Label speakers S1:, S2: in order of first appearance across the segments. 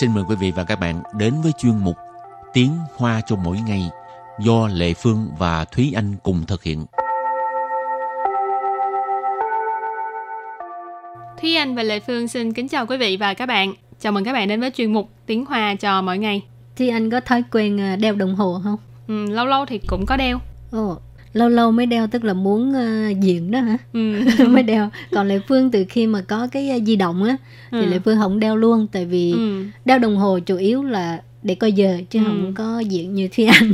S1: xin mời quý vị và các bạn đến với chuyên mục Tiếng Hoa cho mỗi ngày do Lệ Phương và Thúy Anh cùng thực hiện.
S2: Thúy Anh và Lệ Phương xin kính chào quý vị và các bạn. Chào mừng các bạn đến với chuyên mục Tiếng Hoa cho mỗi ngày.
S3: Thì anh có thói quen ờ, đeo đồng hồ không?
S2: Ừ, lâu lâu thì cũng có đeo.
S3: Ồ, lâu lâu mới đeo tức là muốn ờ, diện đó hả?
S2: Ừ.
S3: mới đeo. Còn Lệ Phương từ khi mà có cái ờ, di động á thì
S2: Ừ.
S3: Lệ Phương không đeo luôn tại vì
S2: Ừ.
S3: đeo đồng hồ chủ yếu là để coi giờ chứ
S2: Ừ.
S3: không có diện như Thúy Anh.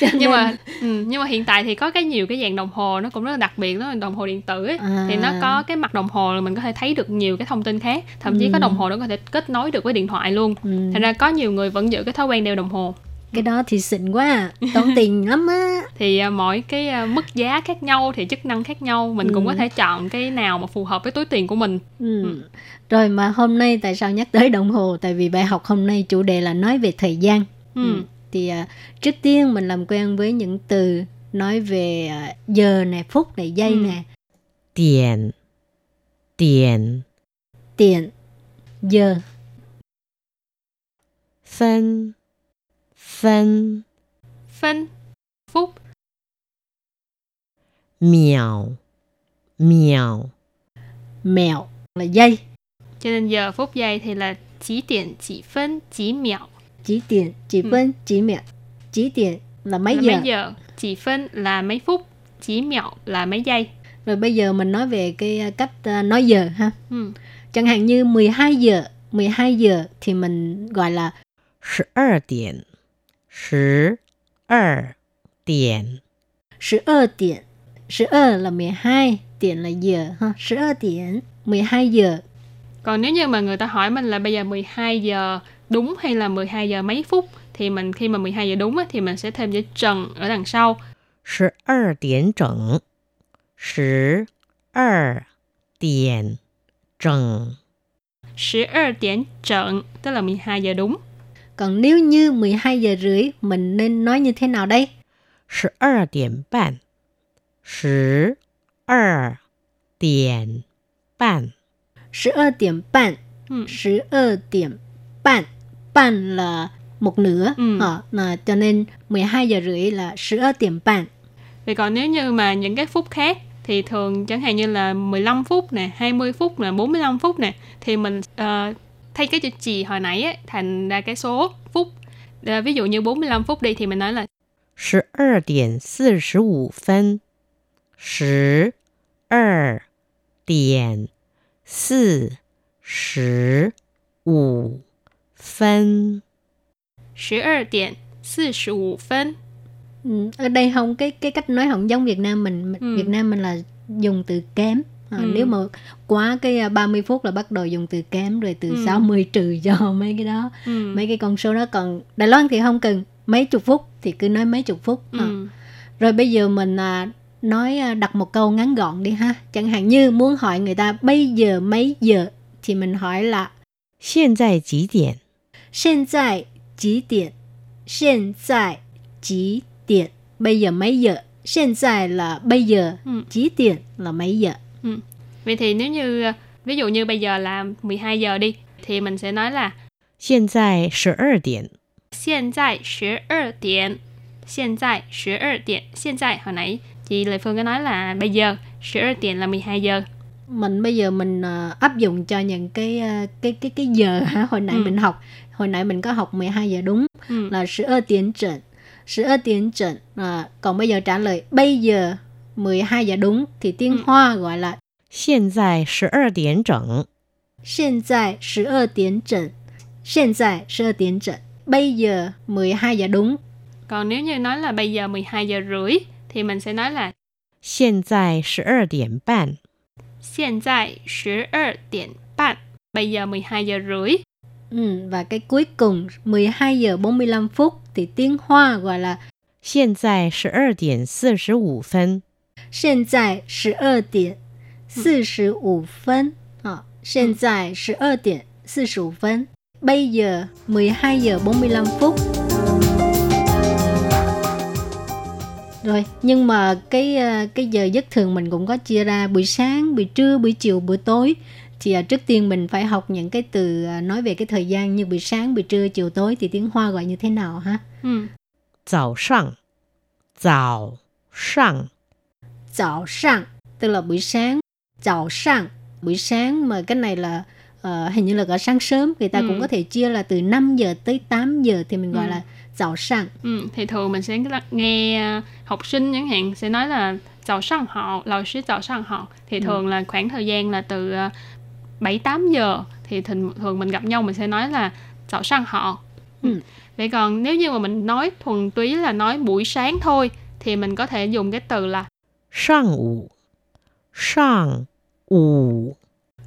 S3: Cho
S2: Nhưng
S3: nên-
S2: mà ừ, nhưng mà hiện tại thì có cái nhiều cái dạng đồng hồ nó cũng rất là đặc biệt đó là đồng hồ điện tử ấy.
S3: À.
S2: Thì nó có cái mặt đồng hồ là mình có thể thấy được nhiều cái thông tin khác, thậm chí
S3: Ừ.
S2: có đồng hồ nó có thể kết nối được với điện thoại luôn.
S3: Ừ.
S2: Thành ra có nhiều người vẫn giữ cái thói quen đeo đồng hồ.
S3: cái đó thì xịn quá à. tốn tiền lắm á
S2: Thì à, mỗi cái à, mức giá khác nhau thì chức năng khác nhau, mình cũng
S3: Ừ.
S2: có thể chọn cái nào mà phù hợp với túi tiền của mình.
S3: ừ. rồi mà hôm nay tại sao nhắc tới đồng hồ tại vì bài học hôm nay chủ đề là nói về thời gian
S2: Ừ.
S3: thì à, trước tiên mình làm quen với những từ nói về à, giờ nè phút này giây
S2: Ừ.
S3: nè
S4: 点点
S3: tiền giờ
S4: 分分
S2: Phân phút
S4: 秒秒
S3: mẹo là giây
S2: cho nên giờ phút giây thì là chỉ tiền chỉ phân chỉ miểu
S3: chỉ tiền chỉ
S2: Ừ.
S3: phân chỉ mẹo chỉ tiền là mấy
S2: là
S3: giờ
S2: mấy giờ chỉ phân là mấy phút chỉ miểu là mấy giây
S3: rồi bây giờ mình nói về cái à, cách à, nói giờ ha
S2: ừ.
S3: chẳng hạn như 12 giờ 12 giờ thì mình gọi là
S4: 十二点十二点
S3: 12 điểm. 12 là 12, điểm là giờ ha. 12 điểm, 12 giờ.
S2: còn nếu như mà người ta hỏi mình là bây giờ 12 giờ đúng hay là 12 giờ mấy phút thì mình khi mà 12 giờ đúng á, thì mình sẽ thêm chữ trần ở đằng sau
S4: 十二点整十二点整
S2: 12 điểm trận tức là 12 giờ đúng
S3: Còn nếu như 12 giờ rưỡi mình nên nói như thế nào đây?
S4: 十二点半十二点半
S3: 12 điểm半,
S2: ừ.
S3: 12 điểm半.半là một nửa.
S2: Ừ.
S3: Ờ, là cho nên 12 giờ rưỡi là 12 điểm半.
S2: Vậy còn nếu như mà những cái phút khác thì thường chẳng hạn như là 15 phút nè, 20 phút nè, 45 phút nè thì mình ờ, thay cái chữ chì hồi nãy ấy, thành ra cái số phút. Ờ, ví dụ như 45 phút đi thì mình nói là
S4: 十二点四十五分，十二点四十五分，
S2: 12 điểm 45 phân.
S3: Ừ, ở đây không cái cái cách nói không giống Việt Nam mình, Mình-
S2: Ừ.
S3: Việt Nam mình là dùng từ kém. Ờ,
S2: Ừ.
S3: Nếu mà quá cái à, 30 phút là bắt đầu dùng từ kém rồi từ
S2: Ừ.
S3: 60 trừ cho mấy cái đó.
S2: Ừ.
S3: mấy cái con số đó còn Đài Loan thì không cần mấy chục phút thì cứ nói mấy chục phút Ờ.
S2: Ừ.
S3: rồi bây giờ mình à, nói à, đặt một câu ngắn gọn đi ha chẳng hạn như muốn hỏi người ta bây giờ mấy giờ thì mình hỏi là
S4: 现在几点？
S3: 现在几点现在几点 bây giờ mấy giờ hiện tại là bây giờ
S2: Ừ.
S3: chỉ tiền là mấy giờ
S2: Vậy thì nếu như ờ, ví dụ như bây giờ là 12 giờ đi thì mình sẽ nói là
S4: 现在十二点。
S2: hiện tại 12 điểm. Hiện tại 12 điểm. Hiện tại hồi nãy chị Lê Phương có nói là bây giờ 12 điểm là 12 giờ.
S3: mình bây giờ mình à, áp dụng cho những cái à, cái cái cái giờ ha hồi nãy
S2: Ừ.
S3: mình học hồi nãy mình có học 12 giờ đúng
S2: Ừ.
S3: là 12 tiếng trận 12 tiếng trận à, còn bây giờ trả lời bây giờ 12 giờ đúng thì tiếng
S2: Ừ.
S3: Hoa gọi là
S4: 现在十二点整。
S3: hiện tại 12 tiếng trận hiện tại 12 tiếng trận bây giờ 12 giờ đúng
S2: Còn nếu như nói là bây giờ 12 giờ rưỡi thì mình sẽ nói là
S4: 现在十二点半。
S2: hiện tại 12 điểm bạn. Bây giờ 12 giờ rưỡi.
S3: ừ, và cái cuối cùng 12 giờ 45 phút thì tiếng Hoa gọi là
S4: 现在十二点四十五分。
S3: 现在十二点四十五分啊，现在十二点四十五分。Bây giờ 12 giờ 45 phút. Rồi, nhưng mà cái ờ, cái giờ giấc thường mình cũng có chia ra buổi sáng, buổi trưa, buổi chiều, buổi tối thì à, trước tiên mình phải học những cái từ à, nói về cái thời gian như buổi sáng, buổi trưa, chiều tối thì tiếng Hoa gọi như thế nào ha?
S2: Ừ.
S4: 早上，早上，
S3: 早上 tức là buổi sáng. 早上 buổi sáng mà cái này là ờ, hình như là gọi sáng sớm người ta
S2: Ừ.
S3: cũng có thể chia là từ 5 giờ tới 8 giờ thì mình gọi
S2: Ừ.
S3: là 早上
S2: Ừ, thì thường mình sẽ nghe à, học sinh chẳng hạn sẽ nói là chào sang họ, lão sư chào sang họ. Thì
S3: Ừ.
S2: thường là khoảng thời gian là từ à, 7 8 giờ thì thường, thường mình gặp nhau mình sẽ nói là chào sang họ.
S3: Ừ.
S2: Vậy còn nếu như mà mình nói thuần túy là nói buổi sáng thôi thì mình có thể dùng cái từ là
S4: 上午，上午，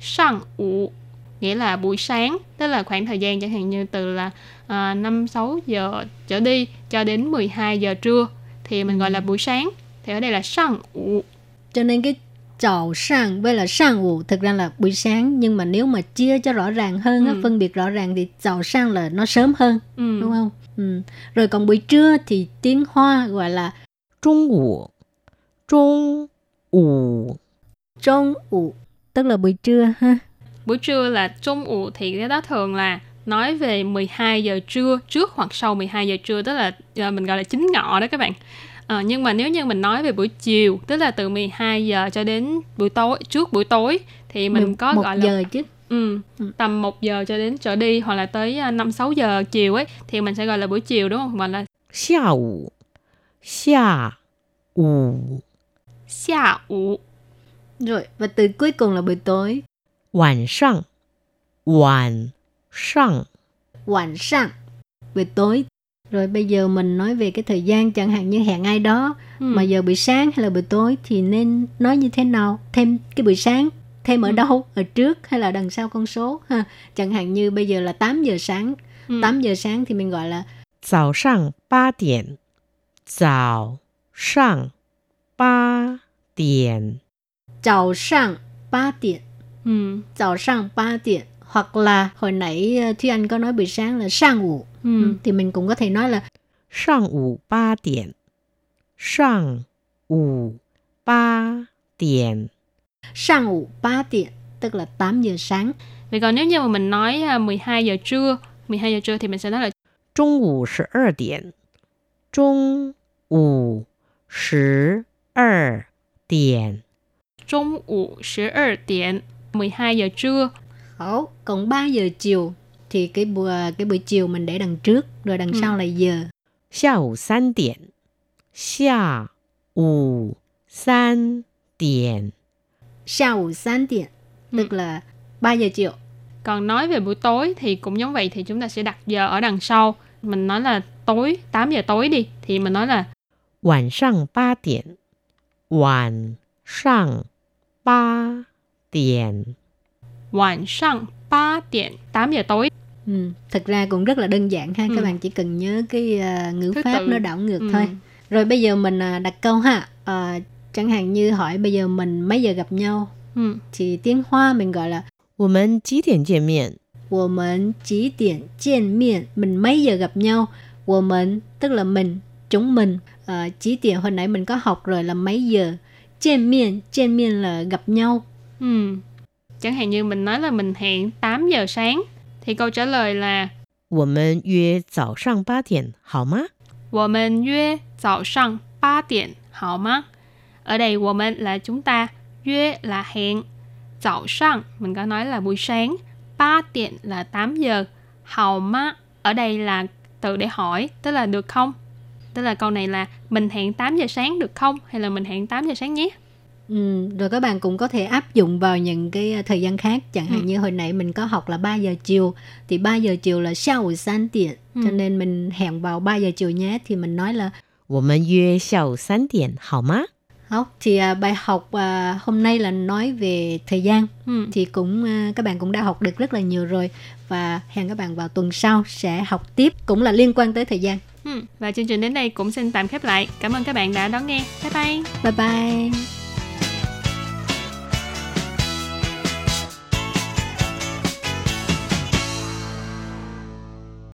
S2: sang ủ nghĩa là buổi sáng tức là khoảng thời gian chẳng hạn như từ là à, 5 6 giờ trở đi cho đến 12 giờ trưa thì mình
S3: Ừ.
S2: gọi là buổi sáng. Thì ở đây là sang ủ
S3: cho nên cái 早上 với là 上午 thực ra là buổi sáng nhưng mà nếu mà chia cho rõ ràng hơn á,
S2: Ừ.
S3: phân biệt rõ ràng thì 早上 là nó sớm hơn
S2: Ừ.
S3: đúng không? Ừ. Rồi còn buổi trưa thì tiếng Hoa gọi là
S4: 中午，中午，
S3: 中午 tức là buổi trưa ha.
S2: Buổi trưa là trung ủ thì cái đó thường là nói về 12 giờ trưa trước hoặc sau 12 giờ trưa tức là à, mình gọi là chính ngọ đó các bạn. Ờ, nhưng mà nếu như mình nói về buổi chiều tức là từ 12 giờ cho đến buổi tối trước buổi tối thì mình có
S3: một
S2: gọi là
S3: giờ chứ.
S2: ừ,
S3: Ừ.
S2: tầm 1 giờ cho đến trở đi hoặc là tới 5 6 giờ chiều ấy thì mình sẽ gọi là buổi chiều đúng không? Mà là
S4: 下午，下午，
S2: 下午
S3: Rồi và từ cuối cùng là buổi tối
S4: 晚上，晚上，
S3: 晚上 buổi tối rồi bây giờ mình nói về cái thời gian chẳng hạn như hẹn ai đó
S2: Ừ.
S3: mà giờ buổi sáng hay là buổi tối thì nên nói như thế nào thêm cái buổi sáng thêm ở
S2: Ừ.
S3: đâu ở trước hay là đằng sau con số ha chẳng hạn như bây giờ là 8 giờ sáng
S2: Ừ.
S3: 8 giờ sáng thì mình gọi là
S4: 早上八点，早上八点，
S3: chào sang ba tiện
S2: Ừ.
S3: chào sang ba tiện hoặc là hồi nãy ờ, Thúy Anh có nói buổi sáng là sang ngủ
S2: Ừ.
S3: thì mình cũng có thể nói là
S4: 上午八点，上午八点，
S3: sang ngủ ba tiện tức là 8 giờ sáng
S2: Vậy còn nếu như mà mình nói à, 12 giờ trưa 12 giờ trưa thì mình sẽ nói là
S4: 中午十二点，中午十二点，
S2: trung ủ 12 điểm 12 giờ trưa
S3: Ồ, còn 3 giờ chiều thì cái buổi cái buổi chiều mình để đằng trước rồi đằng
S2: Ừ.
S3: sau là giờ.
S4: 下午三点，下午三点，
S3: Sau 3 điểm
S2: Ừ.
S3: tức là 3 giờ chiều.
S2: còn nói về buổi tối thì cũng giống vậy thì chúng ta sẽ đặt giờ ở đằng sau mình nói là tối 8 giờ tối đi thì mình nói là
S4: 晚上八点，晚上八点，
S2: 晚上8 điểm 8 giờ tối
S3: Ừ, thật ra cũng rất là đơn giản ha, các
S2: Ừ.
S3: bạn chỉ cần nhớ cái à, ngữ
S2: Thứ
S3: pháp
S2: tự.
S3: nó đảo ngược
S2: Ừ.
S3: thôi. Rồi bây giờ mình à, đặt câu ha. Ờ, chẳng hạn như hỏi bây giờ mình mấy giờ gặp nhau
S2: ừ.
S3: thì tiếng Hoa mình gọi là
S4: 我们几点见面？
S3: 我们几点见面? Mình mấy giờ gặp nhau? 我们 tức là mình, chúng mình. Ờ, chỉ điểm hồi nãy mình có học rồi là mấy giờ? 见面,见面 là gặp nhau.
S2: Ừ. chẳng hạn như mình nói là mình hẹn 8 giờ sáng thì câu trả lời là
S4: 我们约早上八点好吗？
S2: 我们约早上八点好吗? Ở đây 我们 là chúng ta, 约 là hẹn, 早上 mình có nói là buổi sáng, 8 điểm là 8 giờ, 好吗? Ở đây là từ để hỏi, tức là được không? Tức là câu này là mình hẹn 8 giờ sáng được không? Hay là mình hẹn 8 giờ sáng nhé?
S3: Ừ, rồi các bạn cũng có thể áp dụng vào những cái à, thời gian khác. Chẳng hạn
S2: Ừ.
S3: như hồi nãy mình có học là 3 giờ chiều. Thì 3 giờ chiều là 下午3 điểm. Cho
S2: Ừ.
S3: nên mình hẹn vào 3 giờ chiều nhé. Thì mình nói là
S4: 我们约下午三点好吗？
S3: học. Thì à, bài học à, hôm nay là nói về thời gian.
S2: Ừ.
S3: thì cũng à, các bạn cũng đã học được rất là nhiều rồi và hẹn các bạn vào tuần sau sẽ học tiếp cũng là liên quan tới thời gian.
S2: Ừ. Và chương trình đến đây cũng xin tạm khép lại. Cảm ơn các bạn đã đón nghe. Bye bye!
S3: Bye bye.